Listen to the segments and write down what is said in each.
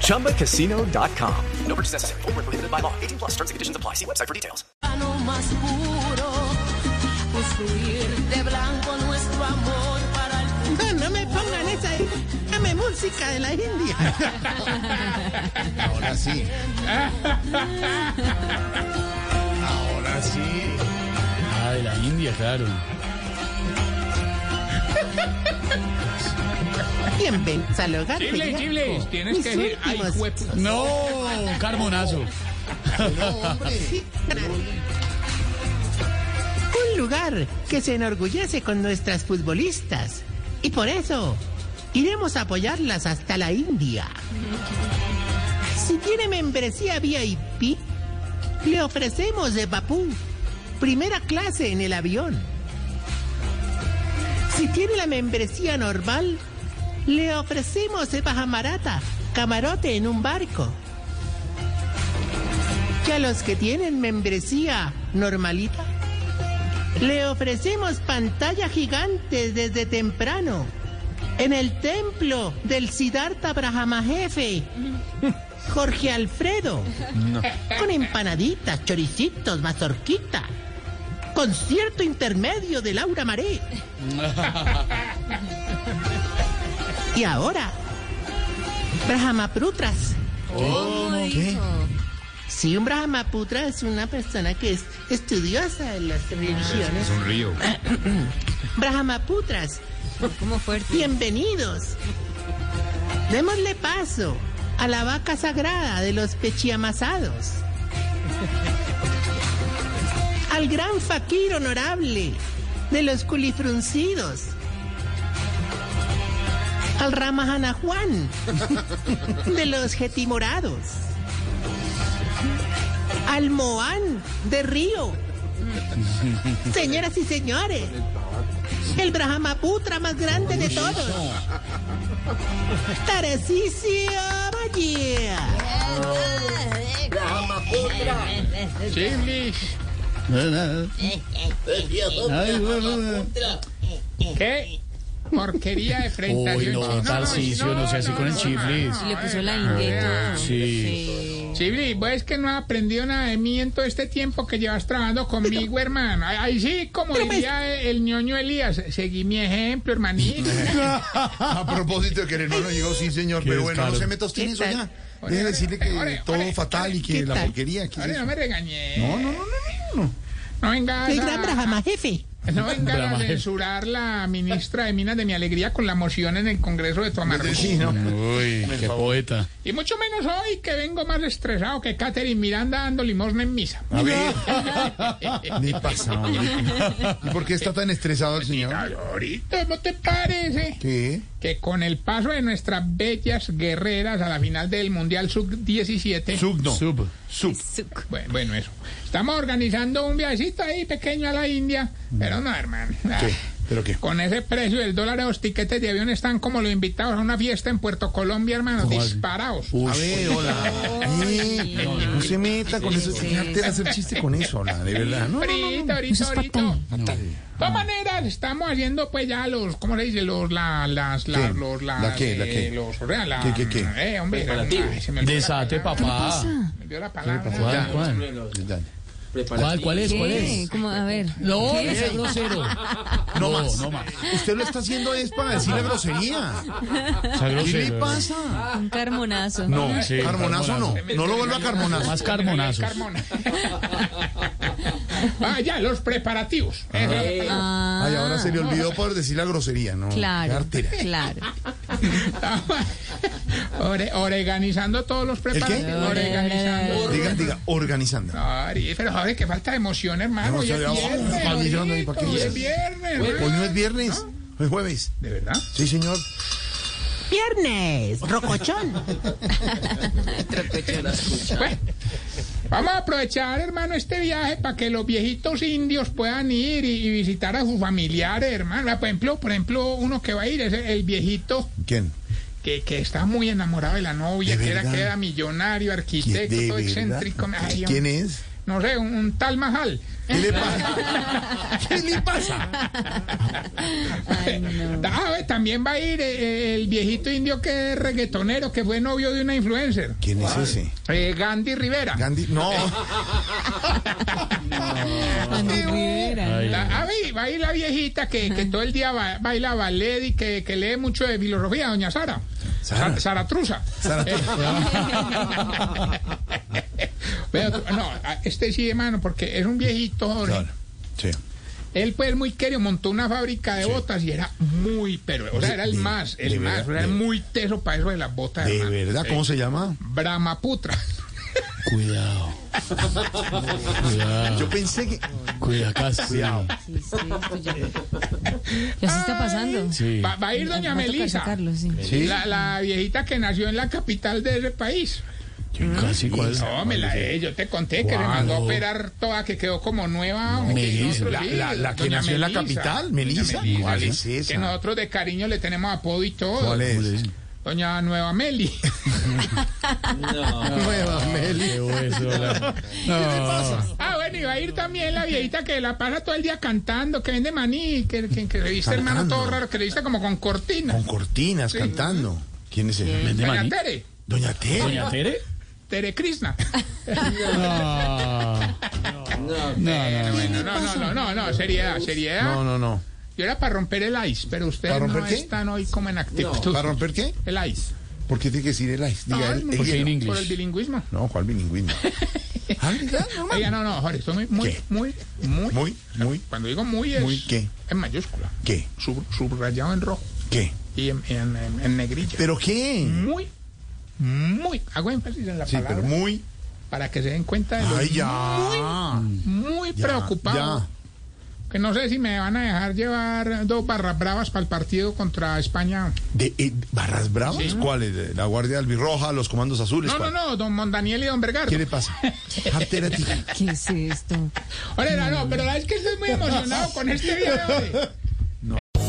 ChumbaCasino.com. No purchase necessary. Void where prohibited by law. 18 plus terms and conditions apply. See website for details. Lo más puro, construir de blanco nuestro amor para el futuro. No, no me pongan esa, dame música de la India. Ahora sí. Ahora sí. Ah, de la India, claro. Bienvenidos al hogar Chibles, de chibles, tienes Mis que decir, ay, últimos huepu. No, un carbonazo. No, hombre. Un lugar que se enorgullece con nuestras futbolistas. Y por eso iremos a apoyarlas hasta la India. Si tiene membresía VIP, le ofrecemos de Papú primera clase en el avión. Si tiene la membresía normal, le ofrecemos de Bajamarata, camarote en un barco. Y a los que tienen membresía normalita, le ofrecemos pantalla gigante desde temprano en el templo del Siddhartha Brahma Jefe, Jorge Alfredo, con empanaditas, choricitos, mazorquita, concierto intermedio de Laura Maré. y ahora, Brahma Prutras. ¿Qué? Sí, un Brahmaputra es una persona que es estudiosa de las religiones. Ah, Un río. Brahmaputras, ¿Cómo fuerte? bienvenidos. Démosle paso a la vaca sagrada de los pechiamasados. Al gran faquir honorable de los culifruncidos. Al Ramajana Juan de los jetimorados. Al Moán de Río. Señoras y señores, el Brahmaputra más grande de todos. Tarcisio Magia. Chibles. Ay, bueno. ¿Qué? Porquería de presentación. Uy, no, Tarcicio, no sea así con el chiflis. Le puso la india y todo. Sí. Chibli, vos es que no has aprendido nada de mí en todo este tiempo que llevas trabajando conmigo, hermano. Ahí- Ahí sí, como Pero pues me- diría el, el ñoño Elías, seguí mi ejemplo, hermanito. A propósito de que el hermano llegó, sí, señor. Qué Pero bueno, no descaro. se meta usted en eso ¿Qué ya. tal? Deje de decirle que Ore, todo ore, fatal y que ¿qué la tal? porquería. que Ahora es- no me regañé. No, no, no, no, no, no. No vengas El a- gran Brahma jefe. No vengas a Brahma. censurar la ministra de Minas de Mi Alegría con la moción en el Congreso de tu amargura. Sí, no. Uy, qué poeta. Y mucho menos hoy que vengo más estresado que Catherine Miranda dando limosna en misa. A ver. Ni pasa, hombre. ¿Y por qué está tan estresado el señor? Ahorita, ¿no te parece? ¿Qué? Que con el paso de nuestras bellas guerreras a la final del Mundial Sub-17. Sub, no. Sub. Sub. Bueno, bueno, eso. Estamos organizando un viajecito ahí pequeño a la India. Pero no, hermano. Ah, ¿Qué? ¿Pero qué? Con ese precio del dólar, los tiquetes de avión están como los invitados a una fiesta en Puerto Colombia, hermano. Disparados. A ver, hola. Eh, no se meta con eso. Déjate de hacer chiste con eso, hola, de verdad. No, no, no, no. Ahorita, ahorita, ahorita. De todas maneras, estamos haciendo pues ya los, ¿cómo le dice? Los, la, las, la, ¿Qué? los, ¿La las, qué? ¿La eh, qué? Los, o sea, la, ¿Qué, qué, qué? Eh, hombre, era una- ay, se me olvidó la Desate, palabra, papá. se me olvidó la palabra. ¿Cuál, cuál? ¿Cuál, Dale. cuál es, cuál ¿Qué? es? ¿Cómo? A ver. No, no sea grosero. No No, más. no más. Usted lo está haciendo es para decir la grosería. Sea ¿Qué le grosero. pasa? Un carmonazo. No, Sí, carbonazo no. No lo vuelva a carbonazo. Más carbonazos. Carmona. ah, ya, los preparativos. Eh, Esa es la palabra. Ay, ahora se le olvidó por decir la grosería, ¿no? Qué Ah. Claro, artera. claro. eh, Ore- organizando todos los qué? preparativos. Organizando. Diga, diga, organizando. Ari, pero joder, que falta de emoción, hermano. Hoy es Emoción, ya, viernes. oh, Juan Millón, ¿y para qué hoy es dices? viernes. Hoy no es viernes, hoy es jueves. ¿De verdad? Sí, señor. Viernes, rocochón. Bueno, Vamos a aprovechar, hermano, este viaje para que los viejitos indios puedan ir y, y visitar a sus familiares, hermano. Por ejemplo, por ejemplo, uno que va a ir es el viejito ¿Quién? que, que está muy enamorado de la novia, ¿De que era, verdad? que era millonario, ¿Quién, arquitecto, de todo verdad? excéntrico. Ay, un- ¿Quién es? No sé, un, un tal Mahal. ¿Qué le pasa? ¿Qué le pasa? Ah, ve, también va a ir eh, eh, el viejito indio que es reggaetonero, que fue novio de una influencer. ¿Quién es ese? Eh, Gandhi Rivera. Gandhi. No. La- a ver, va a ir la viejita que, que todo el día ba- baila ballet y que, que lee mucho de filosofía, doña Sara. Sara. Sa- Saratruza. Sara, tú- Pero tú- no, a- este sí, hermano, porque es un viejito, Jorge. Claro. Sí. Él, pues, muy querido, montó una fábrica de botas y era muy, pero, o sea, era el de- más, el de más, verdad, o sea, era de- muy teso para eso de las botas. ¿De hermano. verdad? Sí. ¿Cómo se llama? Brahmaputra. Cuidado. Cuidado. Yo pensé que. Cuidado, casi. Cuidado. Sí, sí, esto ya. Ya se está pasando. Sí. Va, va a ir doña Va a tocar Melisa, sacarlo, sí. Sí. la, la viejita que nació en la capital de ese país. Casi cuál. No, me la eh, yo te conté que le Guau. mandó a operar toda, que quedó como nueva. hombre, que Melisa. nosotros- La, sí, la, la que doña nació en la Melisa. capital, Doña Melissa. Melisa, ¿Cuál sí, es Que esa? nosotros de cariño le tenemos apodo y todo. ¿Cuál es? Doña Nueva Meli. Nueva Meli. ah, bueno, y va a ir también la viejita que la pasa todo el día cantando, que vende maní, que, que, que revista Cantando. hermano todo raro, que revista como con cortina. Con cortinas cantando. ¿Quién es esa? ¿Vende Doña maní? Tere, Doña Tere. ¿Doña Tere? Tere Krishna. No. No, no, no. Bueno, no, no, no, no, no, seriedad, seriedad. No, no, no. Yo era para romper el ice, pero ustedes ¿Para no romper qué? están hoy como en actitud. ¿Para romper qué? El ice. ¿Por qué tiene que decir el ice? Diga Ah, No, el, no, el Porque en hielo. inglés. Por el bilingüismo. No, ¿cuál bilingüismo? Ah, diga, normal. Oiga, no, no, Jorge, estoy muy, muy, ¿Qué? muy, muy, Muy, muy. Cuando digo muy es. Muy, ¿qué? En mayúscula. ¿Qué? Sub- subrayado en rojo ¿Qué? y en, en, en- en negrilla. ¿Pero qué? muy, muy. Hago énfasis en la Sí, palabra. pero muy. Para que se den cuenta de lo Ay, ya. muy Ya, preocupado. ya. Que no sé si me van a dejar llevar dos barras bravas para el partido contra España. ¿De eh, Barras Bravas? Sí. ¿Cuál es? ¿De ¿La Guardia Albirroja? ¿Los Comandos Azules? No, no, ¿Cuál? no, don Mondaniel y don Vergara. ¿Qué le pasa? Jartera, tija. ¿Qué es esto? Oye, no, Mm. no, pero la verdad es que estoy muy emocionado con este video. hombre.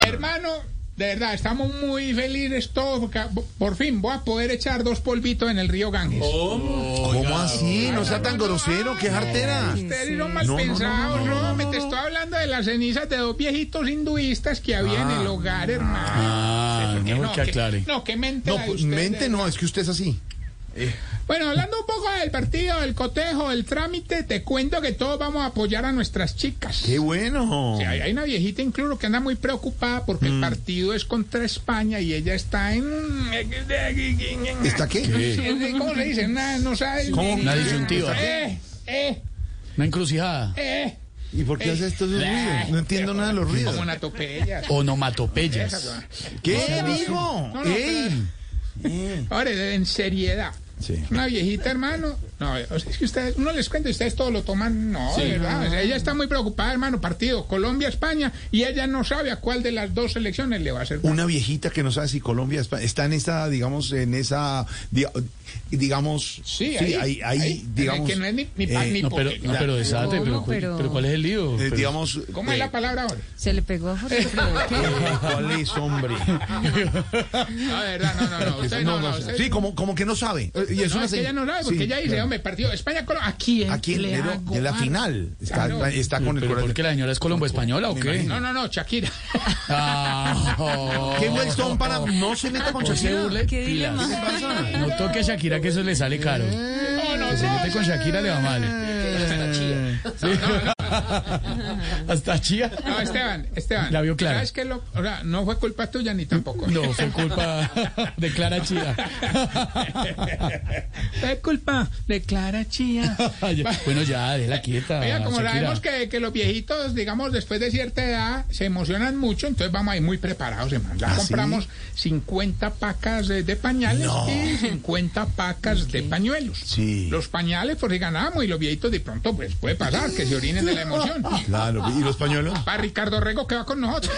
Hermano, de verdad, estamos muy felices todos. porque Por fin voy a poder echar dos polvitos en el río Ganges. ¿Cómo así? No sea tan grosero. ¿Qué jartera? Ustedes son mal No, no, no, pensados, no, no, no, no, me no, te no. estoy hablando de las cenizas de dos viejitos hinduistas que había en el hogar, hermano. Ah, Que no, que aclare. no, que mente. No, la de pues, ustedes. mente no, es que usted es así. Bueno, hablando un poco del partido, del cotejo, del trámite, te cuento que todos vamos a apoyar a nuestras chicas. ¡Qué bueno! Sí, hay, hay una viejita incluso que anda muy preocupada porque Mm. el partido es contra España y ella está en... ¿Está qué? ¿Cómo le dicen? Una- no sabe. ¿Cómo? Una disyuntiva. Eh, eh, Una encrucijada. eh. ¿Y por qué hace estos ruidos? No entiendo nada de los ruidos. Como una topella. Onomatopeyas. ¿Qué dijo? no, no, ¡Ey! Eh, Ahora, en seriedad. Sí. Una viejita, hermano. No, o sea, es que ustedes, uno les cuenta y ustedes todo lo toman. No, de ¿verdad? O sea, ella está muy preocupada, hermano. Partido Colombia-España y ella no sabe a cuál de las dos selecciones le va a hacer. Una viejita que no sabe si Colombia es pa- está en esa, digamos, en esa, di- digamos, Sí, ahí, ahí, ahí, digamos, que no es ni- ni pa- eh, ni No, pero, porque- no, pero desate, No, pero, no, cu- pero- pero ¿cuál es el lío? eh, Pero- digamos, ¿Cómo es eh, la palabra ahora? Se le pegó a Jorge Alfredo. ¿Qué? ¿Cuál es, hombre? No, Ah, de verdad, no, no, no. Usted, no, no, usted- sí, como, como que no sabe. Eh, Y no, es una es que señ- ella no sabe, porque sí, ella dice, claro. hombre, partido España-Colombia. ¿A quién, ¿A quién? le Pero hago en la mal? final está, Claro. está con el ¿Pero corazón. por qué la señora es colombo-española o qué? No, no, no, Shakira. Ah, oh. Qué buen son para no se meta con No se Shakira. burle, ¿Qué pilas. dilema? No toque a Shakira que eso le sale caro. No, no, Se mete con Shakira le va mal. Eh, no, no, no. Hasta Chía. No, Esteban, Esteban. La vio clara. ¿Sabes qué? Lo, o sea, no fue culpa tuya ni tampoco. No, fue culpa de Clara Chía. fue culpa de Clara Chía. bueno, ya, déjala quieta. Oiga, como Shakira. sabemos que, que los viejitos, digamos, después de cierta edad, se emocionan mucho, entonces vamos a ir muy preparados, hermano. Ya ¿Ah, sí? compramos 50 pacas de, de pañales No. y 50 pacas de pañuelos. Sí. Los pañales, pues, si ganamos, y los viejitos de pronto, pues, puede pasar que se orinen de la emoción. Claro, ¿y los pañuelos? Para Ricardo Rego, que va con nosotros.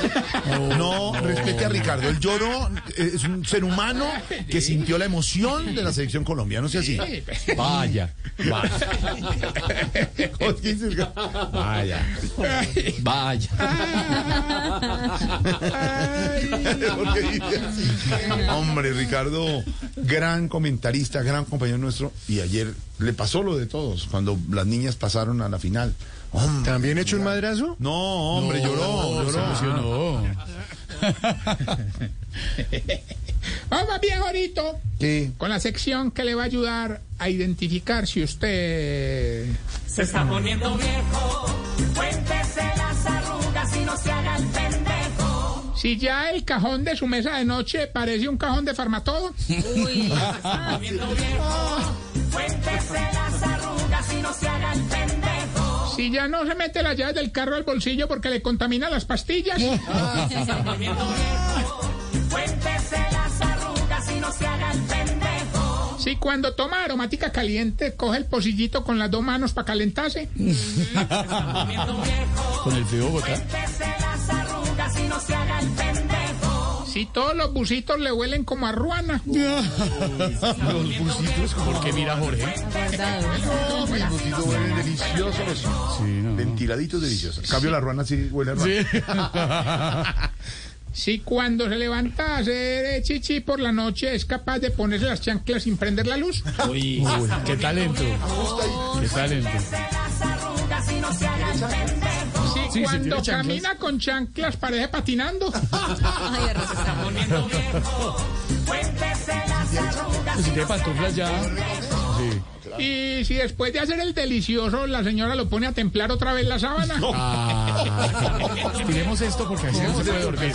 No, respete a Ricardo. Él lloró, eh, es un ser humano que sintió la emoción de la selección colombiana, no sé así. pues. Vaya, vaya, Vaya. vaya. ¿Por qué dice así? Hombre, Ricardo, gran comentarista, gran compañero nuestro. Y ayer le pasó lo de todos, cuando las niñas pasaron a la final. Hombre, ¿También hecho un madrazo? no, hombre, lloró, Se lloró. emocionó. Vamos bien, ahorito Sí. con la sección que le va a ayudar a identificar si usted... Se está poniendo viejo. Cuéntese las arrugas y no se haga el pendejo. Si ya el cajón de su mesa de noche parece un cajón de farmatodo. Uy. Poniendo viejo. Cuéntese las arrugas y no se haga el pendejo. Si ya no se mete las llaves del carro al bolsillo porque le contamina las pastillas. Poniendo viejo. Cuéntese las arrugas y no se haga el pendejo. Si cuando toma aromática caliente coge el pocillito con las dos manos para calentarse. Poniendo viejo. Con el frío de Bogotá. Cuéntese las arrugas y no se haga el pendejo. Si todos los busitos le huelen como a ruana. Los busitos, ¿por qué mira Jorge? Guardado. Los busitos huelen deliciosos. Ventiladitos deliciosos. En cambio, la ruana sí huele a ruana. Si cuando se levanta a hacer eh, chichi por la noche es capaz de ponerse las chanclas sin prender la luz. Uy, qué talento. Qué talento. Las arrugas y no se haga el pendejo. Si sí cuando tiene chanclas. camina con chanclas parece patinando. Ay, arrasado. Poniendo viejo. Cuéntese las arrugas Pues Si y no tiene pantuflas ya. Sí. Y si después de hacer el delicioso la señora lo pone a templar otra vez la sábana. Ah, tiremos esto porque así no se puede dormir.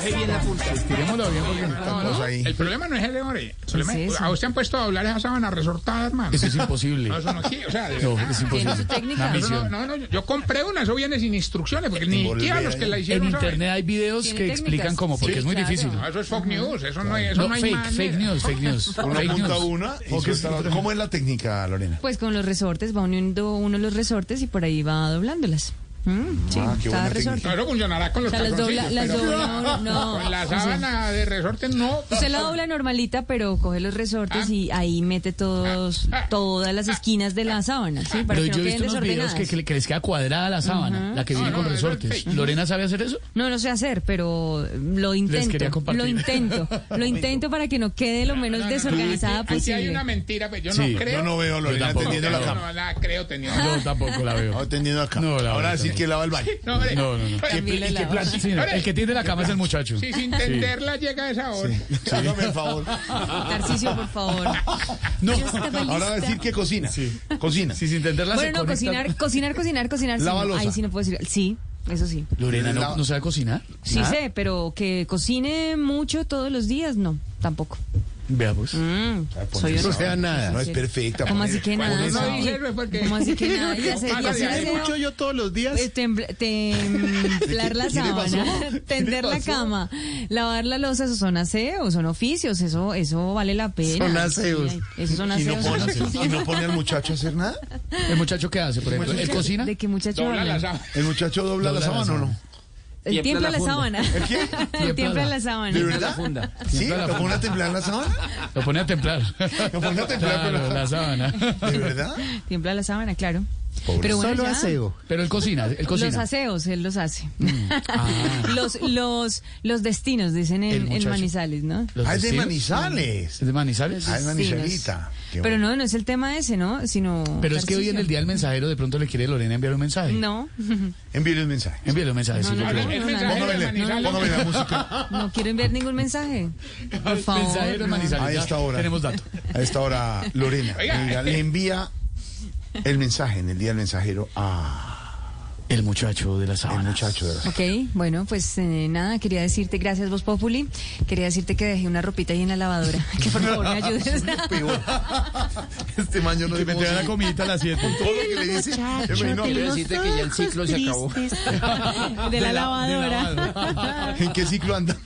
Tiremoslo bien porque No, no, Vamos ahí. El problema no es el hombre. El problema es es- eso? a usted han puesto a doblar esa sábana resortada, hermano. eso es imposible. No, Ah, eso no, sí, o sea, de No, verdad. es Tiene imposible. su técnica. Una Eso no, misión. no, no, yo- yo compré una, eso viene sin instrucciones, porque ni Volver siquiera los que ahí. la hicieron En saben. internet hay videos Tiene que técnicas. explican cómo, porque Sí, es muy claro. difícil. No, eso es fake news, eso no, eso no, No, hay fake, manera. fake news, fake news. Una fake punta news. una y Porque- suelta la otra. ¿Cómo es la técnica, Lorena? Pues con los resortes, va uniendo uno los resortes y por ahí va doblándolas. Mm, sí, Ah, qué cada buena resorte. No, eso funcionará con O los sea, las dobla, calzoncillos, las pero- dobla, no, no. Con la O sea, sábana de resorte no. Usted la dobla normalita, pero coge los resortes y ahí mete todos, todas las esquinas de la sábana, ¿sí? Para Pero que no yo he queden visto unos videos desordenadas. que, que- que les queda cuadrada la sábana, la que viene no, con eso es resortes. fake. ¿Lorena sabe hacer eso? No, no sé hacer, pero lo quería intento. compartir. Lo intento. Lo intento para que no quede lo menos desorganizada Aquí hay posible. una mentira, pues yo Sí, no creo. Yo no veo a Yo Lorena tampoco. tendiendo la Yo cama. no la creo, tenido. Ah. Yo tampoco la veo. No, tendiendo acá. No, la Ahora verdad, sí que lava el baño. No, hombre. No, no, no. Oye, Camila y- la- Sí, no, el que tiende la cama es el muchacho. Si sin tenderla llega a esa hora. Hágame el favor. Ah, Tarcicio, por favor. No. Yo estaba Ahora va a lista. decir que cocina. Cocina. Si sin tenderla se Bueno, no, conecta- cocinar, cocinar, cocinar, cocinar. sí, Lava no, loza. ahí sí no puedo decir. Sí, eso sí. Lorena no, no sabe cocinar. Sí Nada. sé, pero que cocine mucho todos los días, no, tampoco. Vea pues. Mm, soy O eso una- sea, Ah, No nada. es perfecta. pues. ¿Cómo así que Cuando nada? uno Santi? dice, pues, porque- ¿Cómo así que nada? Y hacer- y pasa de hacer ahí. aseo, Escucho yo todos los días. pues, tembl- Templar la ¿Qué le pasó? sábana, tender la cama, lavar la losa, esos son aseos, son oficios, eso eso vale la pena. Son aseos. Sí, Esos son ¿Y no, aseos. pone, y no pone al muchacho a hacer nada? ¿El muchacho qué hace, por ejemplo? ¿Él cocina? ¿De qué muchacho Dobla la hablan? sábana. ¿El muchacho dobla, Dobla la la sábana o no? sábana. El tiempo de la sábana. ¿El qué? El tiempo de la- la sábana. ¿De verdad? ¿Sí? Tiembla la ¿Lo pone funda. a temblar la sábana? Lo pone a templar. Lo pone a temblar, Claro, pero- la sábana. ¿De verdad? Tiembla la sábana, claro. Pobre. Pero bueno, Solo ya. aseo. Pero él cocina, él cocina. Los aseos, él los hace. los, los, los destinos, dicen El en, en muchacho. Manizales, ¿no? Los Ah, es de vestidos. Manizales. ¿Es de Manizales? Ah, es Manizalita. Qué Pero bueno. no, no es el tema ese, ¿no? Sino Pero es que hoy en el Tarcisio. Día del Mensajero de pronto le quiere Lorena enviar un mensaje. No, Envíale un mensaje. Envíale un mensaje, sí, yo no, Ahora, creo. no, el no, mensajero de Póngale, Manizales. póngame la música. no quiero enviar ningún mensaje. Por favor. Mensajero de no. Manizales. A ya esta hora. Tenemos dato. A esta hora, Lorena Oiga. diga, le envía El mensaje, en el día del mensajero. Ah. El muchacho de las El muchacho de las Ok, bueno, pues eh, nada, quería decirte gracias, Vos Populi. Quería decirte que dejé una ropita ahí en la lavadora. Que por favor me ayudes. Este maño no Que me traiga la comidita a las 7. Todo lo que le dice. Muchacho, yo me tengo imagino- Quiere decirte que ya el ciclo se acabó. De la lavadora. ¿En qué ciclo anda?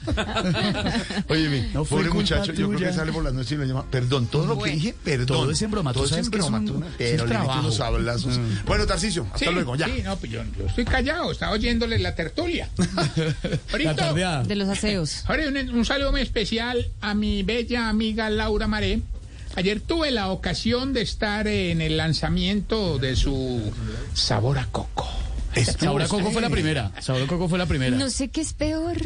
Oye, mi, No fue pobre culpa muchacho, yo creo tuya. que sale por las noches y lo llama. Perdón, todo lo que Bueno. dije, perdón. Todo es en broma, tú Todo es sabes en que es broma, un- tú- es un Pero le metí trabajo. Mm. unos hablazos. Bueno, Tarcicio, hasta Sí, luego, ya. Sí, no, pues yo, yo estoy callado, estaba oyéndole la tertulia. tardeada. Ahorita. De los aseos. Ahora, un, un saludo muy especial a mi bella amiga Laura Maré. Ayer tuve la ocasión de estar en el lanzamiento de su Sabor a Coco. Sabor a Coco fue la primera. Sabor a Coco fue la primera. No sé qué es peor.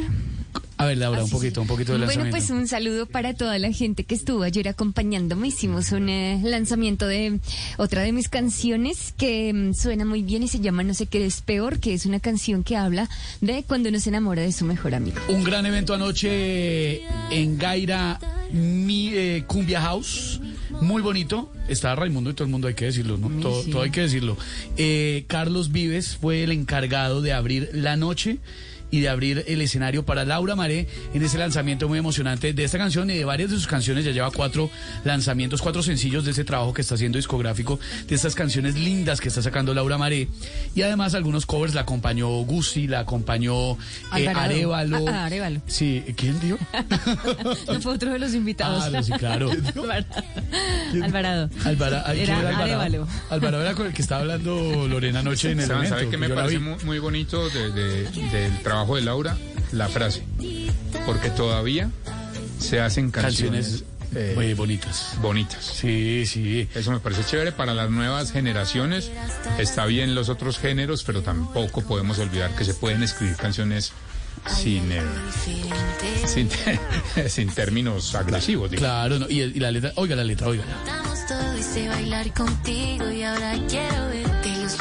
A ver, Laura, un poquito, un poquito de Bueno, lanzamiento. pues un saludo para toda la gente que estuvo ayer acompañándome. Hicimos un eh, lanzamiento de otra de mis canciones que mm, suena muy bien y se llama No sé qué es peor, que es una canción que habla de cuando uno se enamora de su mejor amigo. Un gran evento anoche eh, en Gaira mi, eh, Cumbia House. Muy bonito. Estaba Raimundo y todo el mundo hay que decirlo, ¿no? Todo, sí. todo hay que decirlo. Eh, Carlos Vives fue el encargado de abrir la noche y de abrir el escenario para Laura Maré en ese lanzamiento muy emocionante de esta canción y de varias de sus canciones. Ya lleva cuatro lanzamientos, cuatro sencillos de ese trabajo que está haciendo discográfico, de estas canciones lindas que está sacando Laura Maré. Y además algunos covers, la acompañó Gusi, la acompañó eh, Alvarado. Arevalo. Ah, ah, Arévalo. Sí, ¿quién dio? No fue otro de los invitados. Ah, no, sí, claro. Alvarado. Alvara, ay, ¿quién Era Alvarado? Arevalo. Alvarado era con el que estaba hablando Lorena anoche Pues en el ¿Saben- evento. ¿Saben qué me yo la parece vi. mu- muy, bonito de- de- del trabajo de Laura? La frase. Porque todavía se hacen Canciones, canciones. eh, muy bonitas. Bonitas. Sí, sí. Eso me parece chévere para las nuevas generaciones. Está bien los otros géneros, pero tampoco podemos olvidar que se pueden escribir canciones sin, eh, sin, sin términos agresivos. digamos. Claro, no, y, el- y la letra, oiga la letra, oiga. Damos todo y sé bailar contigo y ahora quiero verte los